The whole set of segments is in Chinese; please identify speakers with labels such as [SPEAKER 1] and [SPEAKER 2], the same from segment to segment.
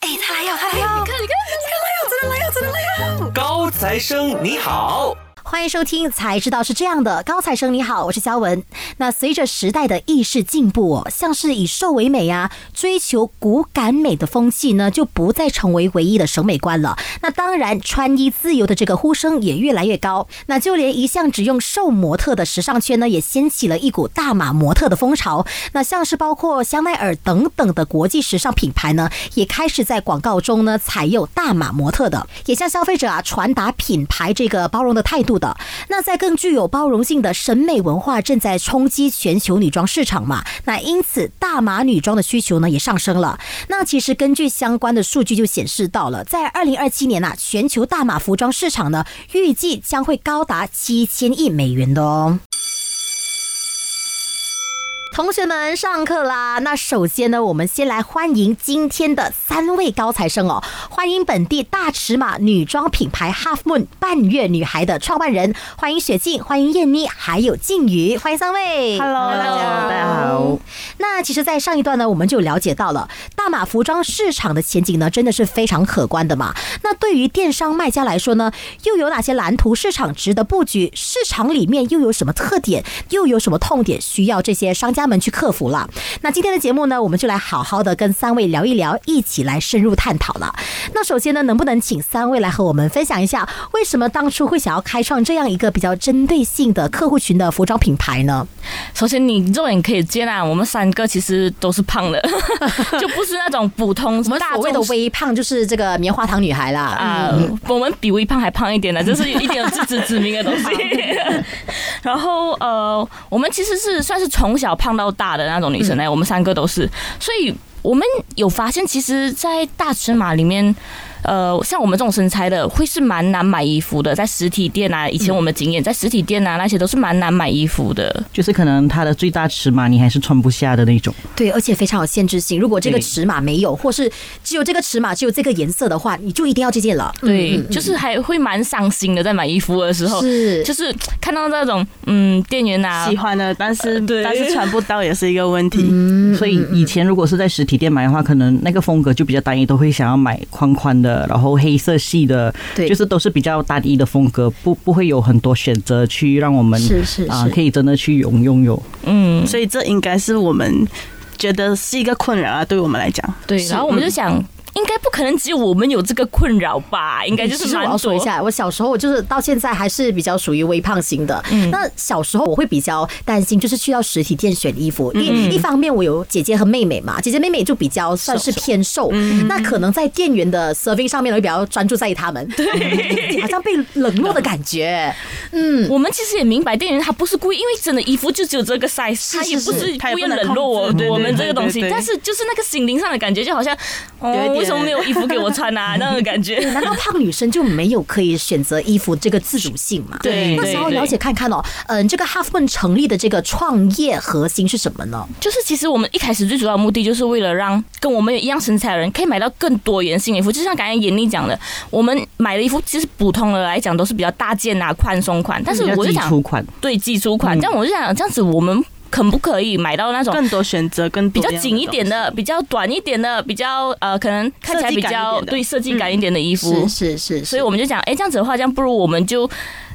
[SPEAKER 1] 哎他来呀，他来呀！你看，你看，真的来呀，真的来呀，真的来呀！
[SPEAKER 2] 高材生你好，
[SPEAKER 3] 欢迎收听《才知道是这样的》，高材生你好，我是肖文。那随着时代的意识进步哦，像是以瘦为美啊，追求骨感美的风气呢，就不再成为唯一的审美观了。那当然，穿衣自由的这个呼声也越来越高。那就连一向只用瘦模特的时尚圈呢，也掀起了一股大码模特的风潮。那像是包括香奈儿等等的国际时尚品牌呢，也开始在广告中呢采用大码模特的，也向消费者啊传达品牌这个包容的态度的。那在更具有包容性的审美文化正在冲击全球女装市场嘛，那因此大码女装的需求呢也上升了。那其实根据相关的数据就显示到了，在二零二七年呐、全球大码服装市场呢预计将会高达七千亿美元的哦。同学们上课啦！那首先呢，我们先来欢迎今天的三位高材生哦，欢迎本地大尺码女装品牌 Half Moon 半月女孩的创办人，欢迎雪静，欢迎燕妮，还有静瑜，欢迎三位。
[SPEAKER 4] Hello，大家好。
[SPEAKER 3] 那其实，在上一段呢，我们就了解到了大码服装市场的前景呢，真的是非常可观的嘛。那对于电商卖家来说呢，又有哪些蓝图市场值得布局？市场里面又有什么特点？又有什么痛点需要这些商家们去克服了？那今天的节目呢，我们就来好好的跟三位聊一聊，一起来深入探讨了。那首先呢，能不能请三位来和我们分享一下，为什么当初会想要开创这样一个比较针对性的客户群的服装品牌呢？
[SPEAKER 4] 首先，你肉眼可以见啊，我们三个其实都是胖的， 就不是那种普通
[SPEAKER 3] 我们
[SPEAKER 4] 大
[SPEAKER 3] 所谓的
[SPEAKER 4] 众
[SPEAKER 3] 微胖就是这个棉花糖女孩啦。
[SPEAKER 4] 啊、我们比微胖还胖一点的，这是一点有自知之明的东西。 然后呃，我们其实是算是从小胖到大的那种女生
[SPEAKER 3] 嗯
[SPEAKER 4] 哎呢，我们三个都是，所以我们有发现，其实，在大尺码里面。呃，像我们这种身材的，会是蛮难买衣服的，在实体店啊，以前我们经验，在实体店啊，那些都是蛮难买衣服的。
[SPEAKER 5] 就是可能它的最大尺码你还是穿不下的那种。
[SPEAKER 3] 对，而且非常有限制性。如果这个
[SPEAKER 5] 对
[SPEAKER 3] 尺码没有，或是只有这个尺码，只有这个颜色的话，你就一定要这件了。
[SPEAKER 6] 嗯
[SPEAKER 4] 对，就是还会蛮伤心的，在买衣服的时候，
[SPEAKER 3] 是
[SPEAKER 4] 就是看到那种嗯，店员啊，
[SPEAKER 6] 喜欢的，但是、
[SPEAKER 4] 对嗯
[SPEAKER 6] 但是穿不到也是一个问题。
[SPEAKER 5] 所以以前如果是在实体店买的话，可能那个风格就比较单一，都会想要买宽宽的，然后黑色系的，
[SPEAKER 3] 对
[SPEAKER 5] 就是都是比较单一的风格，不不会有很多选择去让我们
[SPEAKER 3] 是是
[SPEAKER 5] 啊、
[SPEAKER 3] 是
[SPEAKER 5] 可以真的去拥拥有。
[SPEAKER 4] 嗯，
[SPEAKER 6] 所以这应该是我们觉得是一个困扰啊，对我们来讲。
[SPEAKER 4] 对，然后我们
[SPEAKER 6] 嗯
[SPEAKER 4] 就想。应该不可能只有我们有这个困扰吧？应该就
[SPEAKER 3] 其
[SPEAKER 4] 是
[SPEAKER 3] 实我
[SPEAKER 4] 蛮
[SPEAKER 3] 要说一
[SPEAKER 4] 多
[SPEAKER 3] 下，我小时候就是到现在还是比较属于微胖型的。
[SPEAKER 4] 嗯
[SPEAKER 3] 那小时候我会比较担心，就是去到实体店选衣服，
[SPEAKER 4] 嗯
[SPEAKER 3] 一一方面我有姐姐和妹妹嘛，姐姐妹妹就比较算
[SPEAKER 4] 嗯
[SPEAKER 3] 是偏瘦，那可能在店员的 serving 上面呢，会比较专注在于他们， 对，好像被冷落的感觉。
[SPEAKER 6] 嗯
[SPEAKER 4] 我们其实也明白，店员他不是故意，因为真的衣服就只有这个 size，他也不
[SPEAKER 3] 是
[SPEAKER 4] 是
[SPEAKER 6] 他也
[SPEAKER 4] 故意
[SPEAKER 6] 不能
[SPEAKER 4] 冷落我
[SPEAKER 6] 控制对对
[SPEAKER 4] 我们这个东西
[SPEAKER 6] 对对，对
[SPEAKER 4] 但是就是那个心灵上的感觉，就好像哦
[SPEAKER 6] 有一，点
[SPEAKER 4] 为什么没有衣服给我穿 啊？那种感觉。
[SPEAKER 3] 难道胖女生就没有可以选择衣服这个自主性吗？
[SPEAKER 4] 对
[SPEAKER 3] 那
[SPEAKER 4] 对
[SPEAKER 3] 想要
[SPEAKER 4] 对
[SPEAKER 3] 了解看看哦，嗯、这个 Half Moon 成立的这个创业核心是什么呢？
[SPEAKER 4] 就是其实我们一开始最主要的目的，就是为了让跟我们有一样身材的人可以买到更多元性的衣服。就像刚才闫妮讲的，我们买的衣服其实普通的来讲都是比较大件啊、宽松款，但是
[SPEAKER 5] 比较
[SPEAKER 4] 我就
[SPEAKER 5] 基
[SPEAKER 4] 想
[SPEAKER 5] 础款，
[SPEAKER 4] 对基础款，
[SPEAKER 5] 嗯
[SPEAKER 4] 但我就想这样子我们。可不可以买到那种
[SPEAKER 6] 更多选择，更
[SPEAKER 4] 哦比
[SPEAKER 6] 多
[SPEAKER 4] 较
[SPEAKER 6] 样
[SPEAKER 4] 紧一点的、
[SPEAKER 6] 东
[SPEAKER 4] 比较短一点的、比较呃，可能看起来比较
[SPEAKER 6] 设计感一点的
[SPEAKER 4] 对设计感一点的衣服
[SPEAKER 3] 是。是是，
[SPEAKER 4] 所以我们就讲，哎，这样子的话，这样不如我们就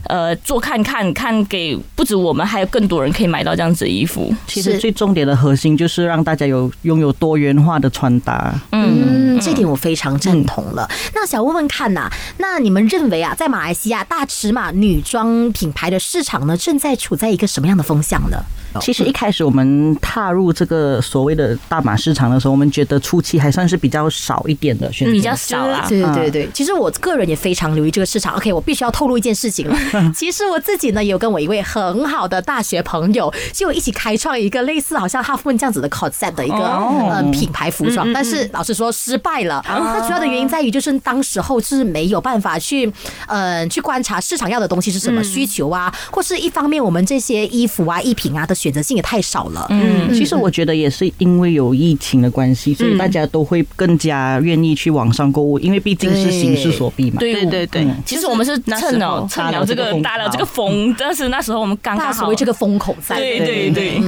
[SPEAKER 4] 呃做看看，看给不止我们，还有更多人可以买到这样子的衣服。
[SPEAKER 5] 其
[SPEAKER 3] 是
[SPEAKER 5] 实最重点的核心就是让大家有拥有多元化的穿搭。
[SPEAKER 3] 嗯，这点我非常赞同了。那想问问看呐、那你们认为啊，在马来西亚大尺码女装品牌的市场呢，正在处在一个什么样的风向呢？
[SPEAKER 5] 其实一开始我们踏入这个所谓的大码市场的时候，我们觉得初期还算是比较少一点的选
[SPEAKER 4] 嗯
[SPEAKER 5] 择，
[SPEAKER 4] 比较少啦，
[SPEAKER 3] 对对对，其实我个人也非常留意这个市场。OK，我必须要透露一件 事情了。其实我自己呢，有跟我一位很好的大学朋友，就一起开创一个类似好像 Half Moon 这样子的 concept 的一个
[SPEAKER 5] 哦
[SPEAKER 3] 呃品牌服
[SPEAKER 4] 嗯
[SPEAKER 3] 装，但是老实说失败了。
[SPEAKER 4] 哦
[SPEAKER 3] 那主要的原因在于就是当时候是没有办法去嗯去观察市场要的东西是什
[SPEAKER 4] 嗯
[SPEAKER 3] 么需求啊，或是一方面我们这些衣服啊、衣品啊的选择性也太少了。
[SPEAKER 4] 嗯，
[SPEAKER 5] 其实我觉得也是因为有疫情的关系，所以大家都会更加愿意去网上购物，因为毕竟是形势所逼嘛。
[SPEAKER 4] 对
[SPEAKER 6] 西。对对对，
[SPEAKER 4] 其实我们是趁了趁 了这个搭了这个风，但是那时候我们刚
[SPEAKER 3] 大
[SPEAKER 4] 刚
[SPEAKER 3] 家所
[SPEAKER 4] 好
[SPEAKER 3] 谓这个风口在，嗯
[SPEAKER 4] 对对对，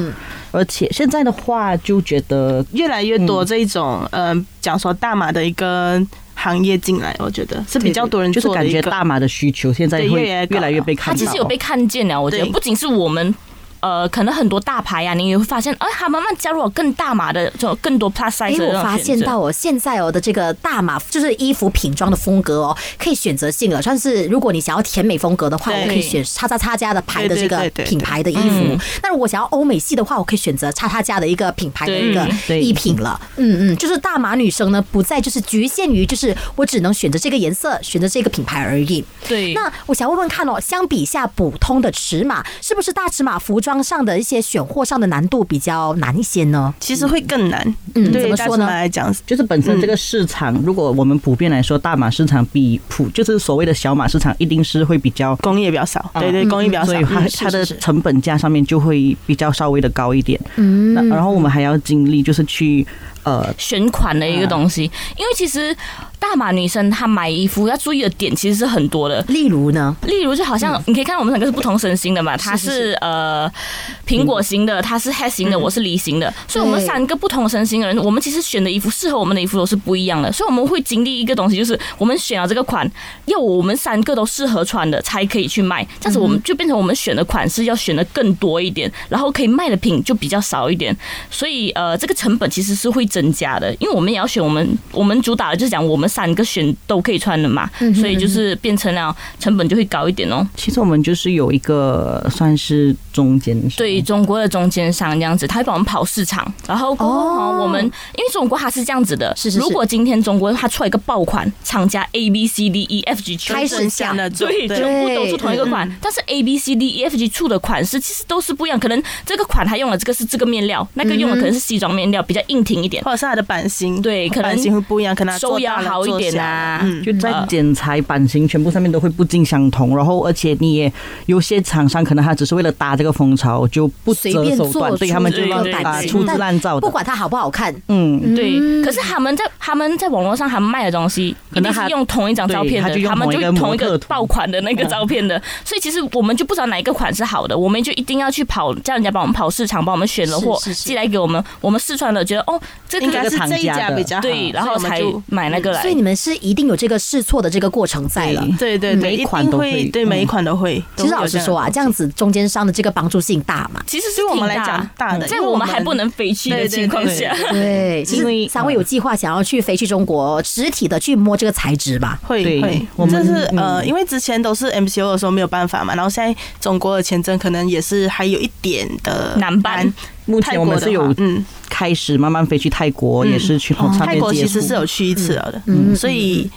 [SPEAKER 5] 而且现在的话，就觉得
[SPEAKER 6] 越来越多这一种，嗯、呃，讲说大麻的一个行业进来，我觉得是比较多人
[SPEAKER 5] 就
[SPEAKER 6] 做
[SPEAKER 5] 是
[SPEAKER 6] 的
[SPEAKER 5] 感
[SPEAKER 6] 一
[SPEAKER 5] 觉
[SPEAKER 6] 个
[SPEAKER 5] 大麻的需求现在
[SPEAKER 6] 对
[SPEAKER 5] 会
[SPEAKER 6] 越来越高
[SPEAKER 5] 越来越被看
[SPEAKER 4] 他
[SPEAKER 5] 到。
[SPEAKER 4] 其实有被看见啊了，我觉得
[SPEAKER 6] 对
[SPEAKER 4] 不仅是我们。呃，可能很多大牌呀、你也会发现，哎、他慢慢加入了更大码的，就更多 plus size 的
[SPEAKER 3] 哎，
[SPEAKER 4] 那
[SPEAKER 3] 我
[SPEAKER 4] 种
[SPEAKER 3] 发
[SPEAKER 4] 选
[SPEAKER 3] 现
[SPEAKER 4] 择
[SPEAKER 3] 到哦，现在哦的这个大码就是衣服品装的风格哦，可以选择性了。但是如果你想要甜美风格的话，
[SPEAKER 6] 对
[SPEAKER 3] 我可以选叉叉叉家的牌的这个
[SPEAKER 6] 对对对对对
[SPEAKER 3] 品牌的衣服。那如果想要欧美系的话，我可以选择叉叉家的一个品牌的一个
[SPEAKER 5] 对
[SPEAKER 3] 衣品了。嗯嗯，就是大码女生呢，不再就是局限于就是我只能选择这个颜色，选择这个品牌而已。
[SPEAKER 4] 对，
[SPEAKER 3] 那我想问问看哦，相比下普通的尺码，是不是大尺码服装上的一些选货上的难度比较难一些呢？
[SPEAKER 6] 其实会更难。
[SPEAKER 3] 嗯怎
[SPEAKER 6] 对
[SPEAKER 3] 么
[SPEAKER 6] 大
[SPEAKER 3] 说
[SPEAKER 6] 众
[SPEAKER 3] 呢
[SPEAKER 6] 来讲，
[SPEAKER 4] 啊
[SPEAKER 5] 就是本身这个市场，如果我们普遍来说，大码市场比普就是所谓的小码市场，一定是会比较，呃
[SPEAKER 6] 工业比较少，对对，工业比较少
[SPEAKER 5] 所以，它
[SPEAKER 6] 嗯
[SPEAKER 5] 它的
[SPEAKER 6] 是是是
[SPEAKER 5] 成本价上面就会比较稍微的高一点。嗯，然后我们还要经历就是去呃
[SPEAKER 4] 选款的一个东西。因为其实大码女生她买衣服要注意的点其实是很多的，
[SPEAKER 3] 例如呢？
[SPEAKER 4] 例如就好像你可以看到我们两个是不同身型的嘛，她是呃苹果型的，她是 h 型的，我是梨型的，所以我们
[SPEAKER 3] 对
[SPEAKER 4] 三个不同身型的人，我们其实选的衣服适合我们的衣服都是不一样的，所以我们会经历一个东西，就是我们选了这个款，要我们三个都适合穿的才可以去卖，这样子我们就变成我们选的款式要选的更多一点，然后可以卖的品就比较少一点，所以呃这个成本其实是会增加的，因为我们也要选我们我们主打的就是讲我们三个选都可以穿的嘛，所以就是变成了成本就会高一点哦。
[SPEAKER 5] 其实我们就是有一个算是中间商
[SPEAKER 4] 对中国的中间商这样子，他会帮我们跑市场，然后过后哦
[SPEAKER 3] 哦
[SPEAKER 4] 我们因为中国它是这样子的，
[SPEAKER 3] 是是是
[SPEAKER 4] 如果今天中国它出来一个爆款，厂家 A B C D E F G 全
[SPEAKER 3] 开始
[SPEAKER 6] 这样
[SPEAKER 3] 想
[SPEAKER 6] 的做
[SPEAKER 4] 对，
[SPEAKER 6] 对
[SPEAKER 4] 全部都是同一个款，
[SPEAKER 3] 嗯
[SPEAKER 4] 但是 A B C D E F G 出的款式其实都是不一样，可能这个款它用了这个是这个面料，那个用
[SPEAKER 3] 嗯
[SPEAKER 4] 的可能是西装面料，比较硬挺一点，
[SPEAKER 6] 或者是它的版型，
[SPEAKER 4] 对可能
[SPEAKER 6] 版型会不一样，可能它
[SPEAKER 4] 收
[SPEAKER 6] 做
[SPEAKER 4] 腰
[SPEAKER 6] 大了
[SPEAKER 4] 好一
[SPEAKER 6] 做
[SPEAKER 4] 点
[SPEAKER 6] 小
[SPEAKER 4] 啊
[SPEAKER 6] 了嗯，
[SPEAKER 5] 就在
[SPEAKER 4] 嗯
[SPEAKER 5] 剪裁、版型全部上面都会不尽相同，然后而且你也有些厂商可能他只是为了搭这个风潮，就不
[SPEAKER 3] 随
[SPEAKER 5] 择
[SPEAKER 3] 便
[SPEAKER 5] 手
[SPEAKER 3] 做
[SPEAKER 5] 段，
[SPEAKER 3] 出
[SPEAKER 5] 对他们就
[SPEAKER 3] 一
[SPEAKER 5] 乱
[SPEAKER 3] 个
[SPEAKER 5] 搭、
[SPEAKER 3] 版型
[SPEAKER 5] 粗制
[SPEAKER 3] 但
[SPEAKER 5] 滥造
[SPEAKER 3] 不
[SPEAKER 5] 的。
[SPEAKER 3] 管它好不好看，
[SPEAKER 5] 嗯，
[SPEAKER 4] 对，可是他们在他们在网络上他们卖的东西，
[SPEAKER 5] 可能
[SPEAKER 4] 一定
[SPEAKER 5] 他
[SPEAKER 4] 是用同一张照片的，
[SPEAKER 5] 对他就用
[SPEAKER 4] 们就
[SPEAKER 5] 同一个
[SPEAKER 4] 同一
[SPEAKER 5] 模
[SPEAKER 4] 个
[SPEAKER 5] 特图
[SPEAKER 4] 爆款的那个照片的，所以其实我们就不知道哪一个款是好的，我们就一定要去跑，叫人家帮我们跑市场，帮我们选了货
[SPEAKER 3] 是是是
[SPEAKER 4] 寄来给我们，我们试穿了，觉得哦， 这个啊
[SPEAKER 6] 应该
[SPEAKER 5] 这个
[SPEAKER 6] 是这一
[SPEAKER 5] 厂家
[SPEAKER 6] 家
[SPEAKER 5] 的
[SPEAKER 6] 比较好，
[SPEAKER 4] 对，然后
[SPEAKER 6] 所以
[SPEAKER 4] 才
[SPEAKER 6] 我们就
[SPEAKER 4] 买哎那个来
[SPEAKER 3] 嗯所以。你们是一定有这个试错的这个过程在了。
[SPEAKER 6] 对对对，
[SPEAKER 5] 每一款
[SPEAKER 6] 定
[SPEAKER 5] 都
[SPEAKER 6] 会
[SPEAKER 5] 会
[SPEAKER 6] 对每一
[SPEAKER 5] 嗯
[SPEAKER 6] 款都会。都
[SPEAKER 3] 其实
[SPEAKER 6] 会有
[SPEAKER 3] 老实
[SPEAKER 6] 样
[SPEAKER 3] 说啊，
[SPEAKER 6] 的
[SPEAKER 3] 这样子中间商的这个帮助性大嘛？
[SPEAKER 4] 其实是
[SPEAKER 6] 对我
[SPEAKER 4] 挺
[SPEAKER 6] 们来
[SPEAKER 4] 大
[SPEAKER 6] 讲大的
[SPEAKER 4] 在
[SPEAKER 6] 因为
[SPEAKER 4] 我
[SPEAKER 6] 我
[SPEAKER 4] 们
[SPEAKER 6] 们
[SPEAKER 4] 还不能飞去的
[SPEAKER 6] 对对
[SPEAKER 4] 情况
[SPEAKER 6] 对
[SPEAKER 4] 下，
[SPEAKER 3] 对，其
[SPEAKER 5] 因
[SPEAKER 3] 实
[SPEAKER 5] 为
[SPEAKER 3] 嗯三位有计划想要去飞去中国，实体的去摸这个材质吧？
[SPEAKER 6] 会
[SPEAKER 5] 对
[SPEAKER 6] 会，
[SPEAKER 5] 我们
[SPEAKER 6] 就是
[SPEAKER 5] 嗯
[SPEAKER 6] 呃，因为之前都是 MCO 的时候没有办法嘛，然后现在中国的签证可能也是还有一点的
[SPEAKER 4] 难办
[SPEAKER 5] 目
[SPEAKER 6] 泰
[SPEAKER 5] 前我
[SPEAKER 6] 国
[SPEAKER 5] 们
[SPEAKER 6] 的
[SPEAKER 5] 是
[SPEAKER 6] 话
[SPEAKER 5] 有
[SPEAKER 6] 嗯，
[SPEAKER 5] 开始慢慢飞去泰国，
[SPEAKER 6] 嗯
[SPEAKER 5] 也是去同上
[SPEAKER 6] 泰
[SPEAKER 5] 面
[SPEAKER 6] 国
[SPEAKER 5] 接
[SPEAKER 6] 其实是
[SPEAKER 5] 触。
[SPEAKER 6] 有去一次了的，
[SPEAKER 3] 嗯嗯
[SPEAKER 6] 所以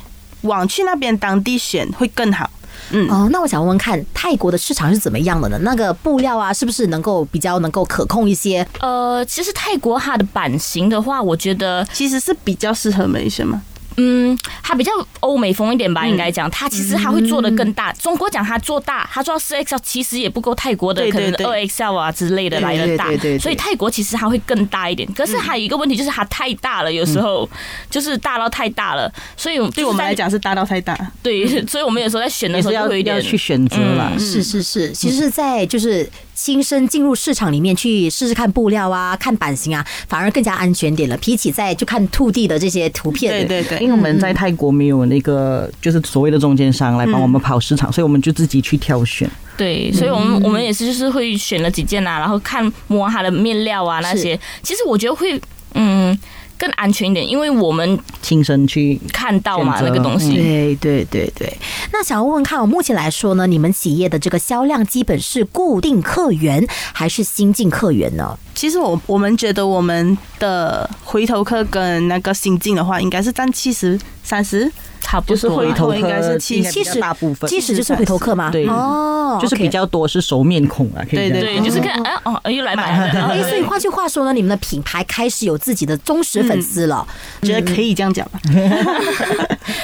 [SPEAKER 6] 往去那边当地选会更好。嗯，
[SPEAKER 3] 哦，那我想问问看，泰国的市场是怎么样的呢？那个布料啊，是不是能够比较能够可控一些？
[SPEAKER 4] 呃，其实泰国它的版型的话，我觉得
[SPEAKER 6] 其实是比较适合美学嘛，
[SPEAKER 4] 嗯，它比较欧美风一点吧，应该讲，它其实它会做的更大。中国讲它做大，它做到四 XL，其实也不够泰国的
[SPEAKER 6] 对
[SPEAKER 4] 可能
[SPEAKER 6] 对
[SPEAKER 4] 二 XL 啊之类的来的大
[SPEAKER 3] 对对对对，对
[SPEAKER 4] 所以泰国其实它会更大一点。可是还有一个问题就是它太大了，有时候就是大到太大了，所以
[SPEAKER 6] 对我们来，讲是大到太大。
[SPEAKER 4] 对， 所以我们有时候在选的
[SPEAKER 5] 也
[SPEAKER 4] 时
[SPEAKER 5] 是
[SPEAKER 4] 候就
[SPEAKER 5] 要
[SPEAKER 4] 会有一点嗯
[SPEAKER 5] 要去选择啦，
[SPEAKER 6] 嗯
[SPEAKER 3] 是是
[SPEAKER 5] 嗯
[SPEAKER 3] 是，其实是在就是亲身进入市场里面去试试看布料啊，看版型啊，反而更加安全点了。比起在就看兔地的这些图片，
[SPEAKER 6] 对对嗯
[SPEAKER 5] 因
[SPEAKER 6] 对，
[SPEAKER 5] 为我们在泰国没有那个就是所谓的中间商来帮我
[SPEAKER 6] 嗯
[SPEAKER 5] 们跑市场，所以我们就自己去挑选。
[SPEAKER 4] 对，所以我们我们也是就是会选了几件啊，然后看摸它的面料啊那些。其实我觉得会嗯更安全一点，因为我们
[SPEAKER 5] 亲身去
[SPEAKER 4] 看到嘛
[SPEAKER 5] 选择
[SPEAKER 4] 那个东西。
[SPEAKER 3] 对对对对，那想要问问看，我啊目前来说呢，你们企业的这个销量基本是固定客源还是新进客源呢？
[SPEAKER 6] 其实我我们觉得我们的回头客跟那个新进的话，应该是占七十三十，
[SPEAKER 4] 差不
[SPEAKER 5] 就是
[SPEAKER 4] 多啊
[SPEAKER 5] 回
[SPEAKER 4] 啦。
[SPEAKER 5] 头
[SPEAKER 6] 应该是七
[SPEAKER 5] 应该比较
[SPEAKER 3] 七十
[SPEAKER 5] 大部分
[SPEAKER 3] 即使就是回头客吗？
[SPEAKER 5] 对
[SPEAKER 3] 哦，
[SPEAKER 5] 就是
[SPEAKER 3] OK
[SPEAKER 5] 比。较多是熟面孔啊，可以这样
[SPEAKER 6] 对
[SPEAKER 4] 对，就是看哎哦，又来买了。
[SPEAKER 3] 哎，
[SPEAKER 4] 哦
[SPEAKER 3] 所以换句话说呢，你们的品牌开始有自己的忠实粉丝了。
[SPEAKER 5] 嗯
[SPEAKER 4] 嗯
[SPEAKER 6] 觉得可以这样讲吧。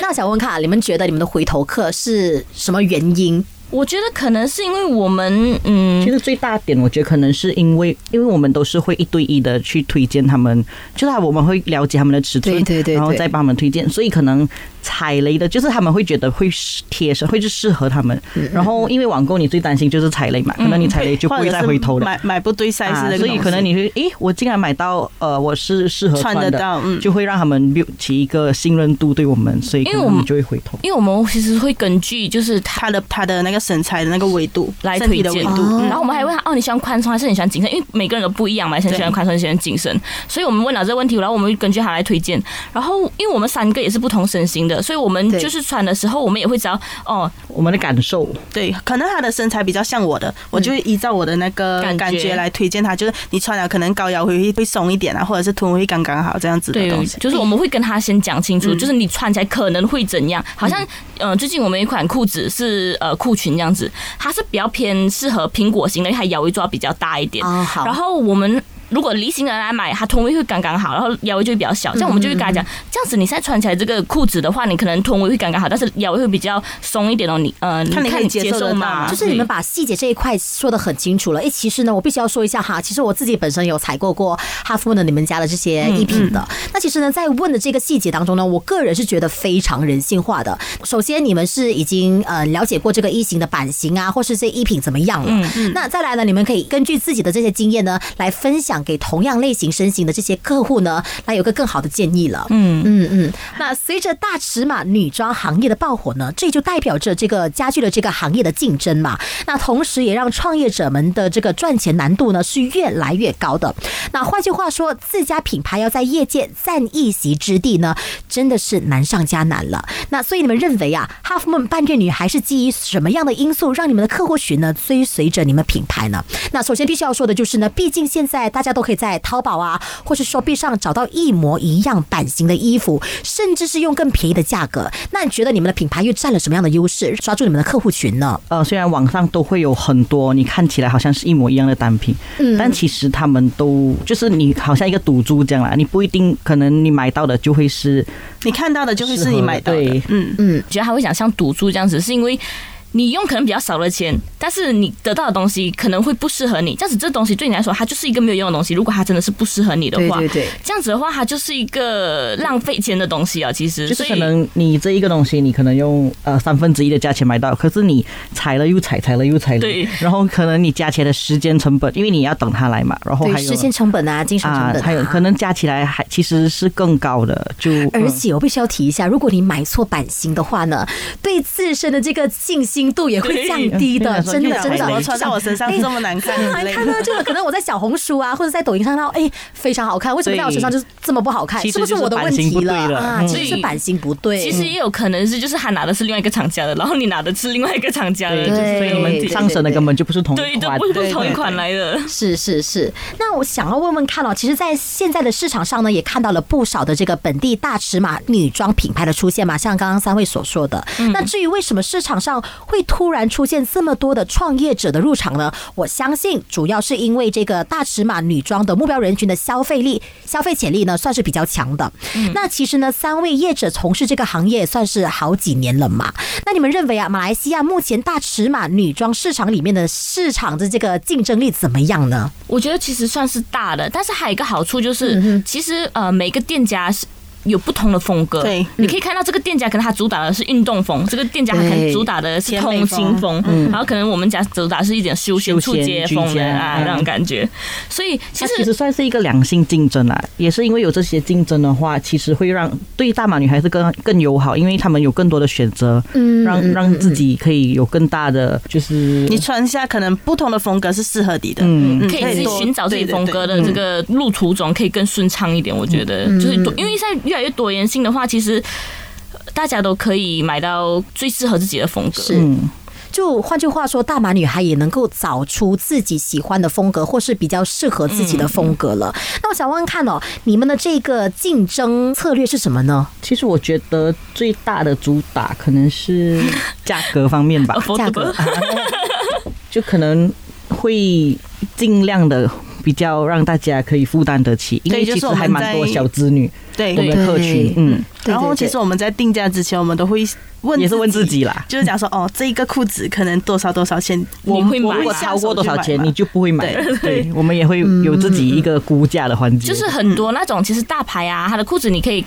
[SPEAKER 3] 那我想问看啊，你们觉得你们的回头客是什么原因
[SPEAKER 4] 我觉得可能是因为我们，嗯
[SPEAKER 5] 其，实最大点，我觉得可能是因为，因为我们都是会一对一的去推荐他们，就是我们会了解他们的尺寸，
[SPEAKER 1] 对对对
[SPEAKER 5] 然后
[SPEAKER 1] 对
[SPEAKER 5] 再帮他们推荐，所以可能踩雷的，就是他们会觉得会适贴身，会是适合他们。然后因为网购，你最担心就是踩雷嘛，可能你踩雷就不
[SPEAKER 6] 或
[SPEAKER 5] 会
[SPEAKER 6] 者
[SPEAKER 5] 再
[SPEAKER 6] 是
[SPEAKER 5] 回头了。
[SPEAKER 6] 买买不对 size
[SPEAKER 5] 啊
[SPEAKER 6] 那个东西、
[SPEAKER 5] 所以可能你会，诶，我竟然买到，呃，我是适合
[SPEAKER 6] 穿
[SPEAKER 5] 穿的，
[SPEAKER 6] 得到嗯
[SPEAKER 5] 就会让他们 build 起一个信任度对我们，所以可
[SPEAKER 4] 因为
[SPEAKER 5] 能
[SPEAKER 4] 我
[SPEAKER 5] 我
[SPEAKER 4] 们
[SPEAKER 5] 们就会回头。
[SPEAKER 4] 因为我们其实会根据就是他
[SPEAKER 6] 他的他的那个身材的那个维度，
[SPEAKER 4] 来
[SPEAKER 6] 身
[SPEAKER 4] 推
[SPEAKER 6] 体的
[SPEAKER 4] 荐
[SPEAKER 6] 维，
[SPEAKER 4] 嗯
[SPEAKER 6] 度，
[SPEAKER 4] 然后我们还问他哦，你喜欢宽松还是你喜欢紧身？因为每个人都不一样嘛，有些人喜欢宽松，有些人紧身，所以我们问了这个问题，然后我们根据他来推荐。然后因为我们三个也是不同身形的，所以我们
[SPEAKER 1] 对
[SPEAKER 4] 就是穿的时候，我们也会知道哦，
[SPEAKER 5] 我们的感受，
[SPEAKER 6] 对，可能他的身材比较像我的，我就会依照我的那个
[SPEAKER 4] 感觉
[SPEAKER 6] 感觉来推荐他，就是你穿了可能高腰会会松一点啊，或者是臀会刚刚好这样子的
[SPEAKER 4] 对
[SPEAKER 6] 东，西。嗯
[SPEAKER 4] 就是我们会跟他先讲清楚，就是你穿起来可能会怎样。好像嗯、呃最近我们有一款裤子是呃裤裙这样子，它是比较偏适合苹果型的，因为它腰围抓比较大一点。
[SPEAKER 5] 嗯
[SPEAKER 6] 啊
[SPEAKER 3] 哦，好，
[SPEAKER 4] 然后我们如果梨形的人来买，它臀围会刚刚
[SPEAKER 6] 嗯
[SPEAKER 4] 好，然后腰围就会比较小。这样我们就会跟他讲，这样子你现在穿起来这个裤子的话，你可能臀围会刚刚好，但是腰围会比较松一点哦。你呃，你
[SPEAKER 6] 看你可以
[SPEAKER 4] 你
[SPEAKER 6] 接
[SPEAKER 4] 接
[SPEAKER 6] 受得
[SPEAKER 4] 受
[SPEAKER 6] 到
[SPEAKER 4] 吗？
[SPEAKER 6] 吗
[SPEAKER 3] 就是你们把细节这一块说的很清楚了。诶，其实呢，我必须要说一下哈，其实我自己本身有采购过哈夫的你们家的这些艺品的。那其实呢，在问的这个细节当中呢，我个人是觉得非常人性化的。首先，你们是已经呃了解过这个衣型的版型啊，或是这衣品怎么样了。那再来呢，你们可以根据自己的这些经验呢，来分享给同样类型身形的这些客户呢，来有个更好的建议了。嗯嗯嗯。那随着大尺码女装行业的爆火呢，这就代表着这个加剧了这个行业的竞争嘛。那同时也让创业者们的这个赚钱难度呢是越来越高的。那换句话说，自家品牌要在业界占一席之地呢，真的是难上加难了。那所以你们认为啊，哈弗曼半月女孩是基于什么样的因素让你们的客户群呢追随着你们品牌呢？那首先必须要说的就是呢，毕竟现在大家都可以在淘宝啊，或是 Shopee 上找到一模一样版型的衣服，甚至是用更便宜的价格。那你觉得你们的品牌又占了什么样的优势，抓住你们的客户群呢？
[SPEAKER 5] 呃，虽然网上都会有很多你看起来好像是一模一样的单品，嗯，但其实他们都就是你好像一个赌注这样啦，你不一定可能你买到的就会是
[SPEAKER 6] 你看到的就会
[SPEAKER 5] 适
[SPEAKER 6] 是
[SPEAKER 5] 合
[SPEAKER 6] 你买到的
[SPEAKER 5] 对，
[SPEAKER 6] 嗯，
[SPEAKER 4] 觉得他会想像赌注这样子，是因为。你用可能比较少的钱，但是你得到的东西可能会不适合你。这样子，这东西对你来说，它就是一个没有用的东西。如果它真的是不适合你的话，
[SPEAKER 1] 对对对
[SPEAKER 4] 这样子的话，它就是一个浪费钱的东西啊。其实，
[SPEAKER 5] 就是
[SPEAKER 4] 所以
[SPEAKER 5] 可能你这一个东西你可能用呃三分之一的价钱买到，可是你踩了又踩，踩了又踩了，
[SPEAKER 4] 对
[SPEAKER 5] 然后可能你加起来的时间成本，因为你要等它来嘛，然后
[SPEAKER 3] 对
[SPEAKER 5] 还有
[SPEAKER 3] 时间成本啊，精神成
[SPEAKER 5] 啊
[SPEAKER 3] 本、，
[SPEAKER 5] 还有可。能加起来还其实是更高的，就
[SPEAKER 3] 而
[SPEAKER 5] 嗯
[SPEAKER 3] 且我必须要提一下，如果你买错版型的话呢，对自身的这个信心度也会降低的，
[SPEAKER 5] 对
[SPEAKER 3] 真
[SPEAKER 5] 对
[SPEAKER 3] 的
[SPEAKER 5] 对
[SPEAKER 3] 真
[SPEAKER 6] 为什
[SPEAKER 3] 的
[SPEAKER 6] 么
[SPEAKER 5] 对。
[SPEAKER 6] 穿在我身上
[SPEAKER 3] 哎
[SPEAKER 6] 这么难看
[SPEAKER 3] 这么
[SPEAKER 6] 之
[SPEAKER 3] 难
[SPEAKER 6] 类
[SPEAKER 3] 看呢，
[SPEAKER 6] 的？
[SPEAKER 3] 就是可能我在小红书啊，或者在抖音上看到，哎，非常好看，为什么在我身上就是这么不好看？
[SPEAKER 5] 其
[SPEAKER 3] 是
[SPEAKER 5] 实
[SPEAKER 3] 不
[SPEAKER 5] 就是
[SPEAKER 3] 我的问题
[SPEAKER 5] 版型不对了
[SPEAKER 3] 啊？
[SPEAKER 5] 嗯
[SPEAKER 3] 其实是版型不对。
[SPEAKER 4] 其实也有可能是，就是他拿的是另外一个厂家的，然后你拿的是另外一个厂家的，
[SPEAKER 5] 对，
[SPEAKER 4] 就是
[SPEAKER 5] 所以你
[SPEAKER 3] 对
[SPEAKER 5] 们上升的根本就不是同
[SPEAKER 4] 对，
[SPEAKER 5] 一
[SPEAKER 4] 都
[SPEAKER 5] 款
[SPEAKER 4] 不，是不是同一
[SPEAKER 5] 对
[SPEAKER 4] 款来的。
[SPEAKER 3] 是是是，那我想要问问看哦，其实，在现在的市场上呢，也看到了不少的这个本地大尺码女装品牌的出现嘛，像刚刚三位所说的。那至于为什么市场上会突然出现这么多的创业者的入场呢？我相信主要是因为这个大尺码女装的目标人群的消费力、消费潜力呢，算是比较强的。那其实呢，三位业者从事这个行业也算是好几年了嘛。那你们认为啊，马来西亚目前大尺码女装市场里面的市场的这个竞争力怎么样呢？
[SPEAKER 4] 我觉得其实算是大的，但是还有一个好处
[SPEAKER 5] 嗯
[SPEAKER 4] 就是，其实呃每个店家是。有不同的风格，
[SPEAKER 5] 嗯
[SPEAKER 6] 对
[SPEAKER 4] 你可以看到这个店家可能它主打的是运动风，这个店家它可能主打的是
[SPEAKER 6] 甜美
[SPEAKER 4] 通心风，
[SPEAKER 5] 嗯
[SPEAKER 4] 然后可能我们家主打是一点休闲
[SPEAKER 5] 休
[SPEAKER 4] 出
[SPEAKER 5] 闲
[SPEAKER 4] 街风
[SPEAKER 5] 居
[SPEAKER 4] 的
[SPEAKER 5] 家
[SPEAKER 4] 啊
[SPEAKER 5] 嗯
[SPEAKER 4] 那种感觉，所以其
[SPEAKER 5] 它其
[SPEAKER 4] 实
[SPEAKER 5] 实算是一个良性竞争啦，也是因为有这些竞争的话，其实会让对大马女孩子更更友好，因为她们有更多的选择，
[SPEAKER 3] 嗯
[SPEAKER 5] 让让自己可以有更大的就是
[SPEAKER 6] 你穿下可能不同的风格是适合你的，
[SPEAKER 5] 嗯
[SPEAKER 4] 可以自己
[SPEAKER 6] 多
[SPEAKER 4] 寻找自己
[SPEAKER 6] 对对
[SPEAKER 4] 风
[SPEAKER 6] 对嗯
[SPEAKER 4] 格的这个路途中可以更顺畅一点，我觉
[SPEAKER 5] 嗯
[SPEAKER 4] 得就是多，因为现在越来越多元性的话，其实呃大家都可以买到最适合自己的风格，
[SPEAKER 3] 是
[SPEAKER 5] 嗯，
[SPEAKER 3] 就换句话说，大码女孩也能够找出自己喜欢的风格，或是比较适合自己的风格了。那我想问问看哦，你们的这个竞争策略是什么呢？
[SPEAKER 5] 其实我觉得最大的主打可能是价格方面吧，
[SPEAKER 4] Affordable
[SPEAKER 3] 价格
[SPEAKER 5] 就可能会尽量的比较让大家可以负担得起，因为
[SPEAKER 6] 对就
[SPEAKER 5] 其
[SPEAKER 6] 是
[SPEAKER 5] 实
[SPEAKER 6] 我们
[SPEAKER 5] 还蛮多
[SPEAKER 6] 在哎
[SPEAKER 5] 小子女
[SPEAKER 6] 对
[SPEAKER 5] 我们的客群
[SPEAKER 3] 对，
[SPEAKER 5] 嗯，
[SPEAKER 3] 对
[SPEAKER 6] 然后其实我们在定价之前，我们都会问，
[SPEAKER 5] 也是问自，己啊啦。
[SPEAKER 6] 就是讲说，哦，这一个裤子可能多少多少钱，
[SPEAKER 5] 我
[SPEAKER 4] 你会
[SPEAKER 5] 我
[SPEAKER 4] 买
[SPEAKER 5] 如果
[SPEAKER 4] 吗
[SPEAKER 5] 超过多少钱，你就不会买
[SPEAKER 6] 对。
[SPEAKER 5] 对，我们也会有自己一个估价的环节，
[SPEAKER 4] 就是很多那种其实大牌啊，它的裤子你可以。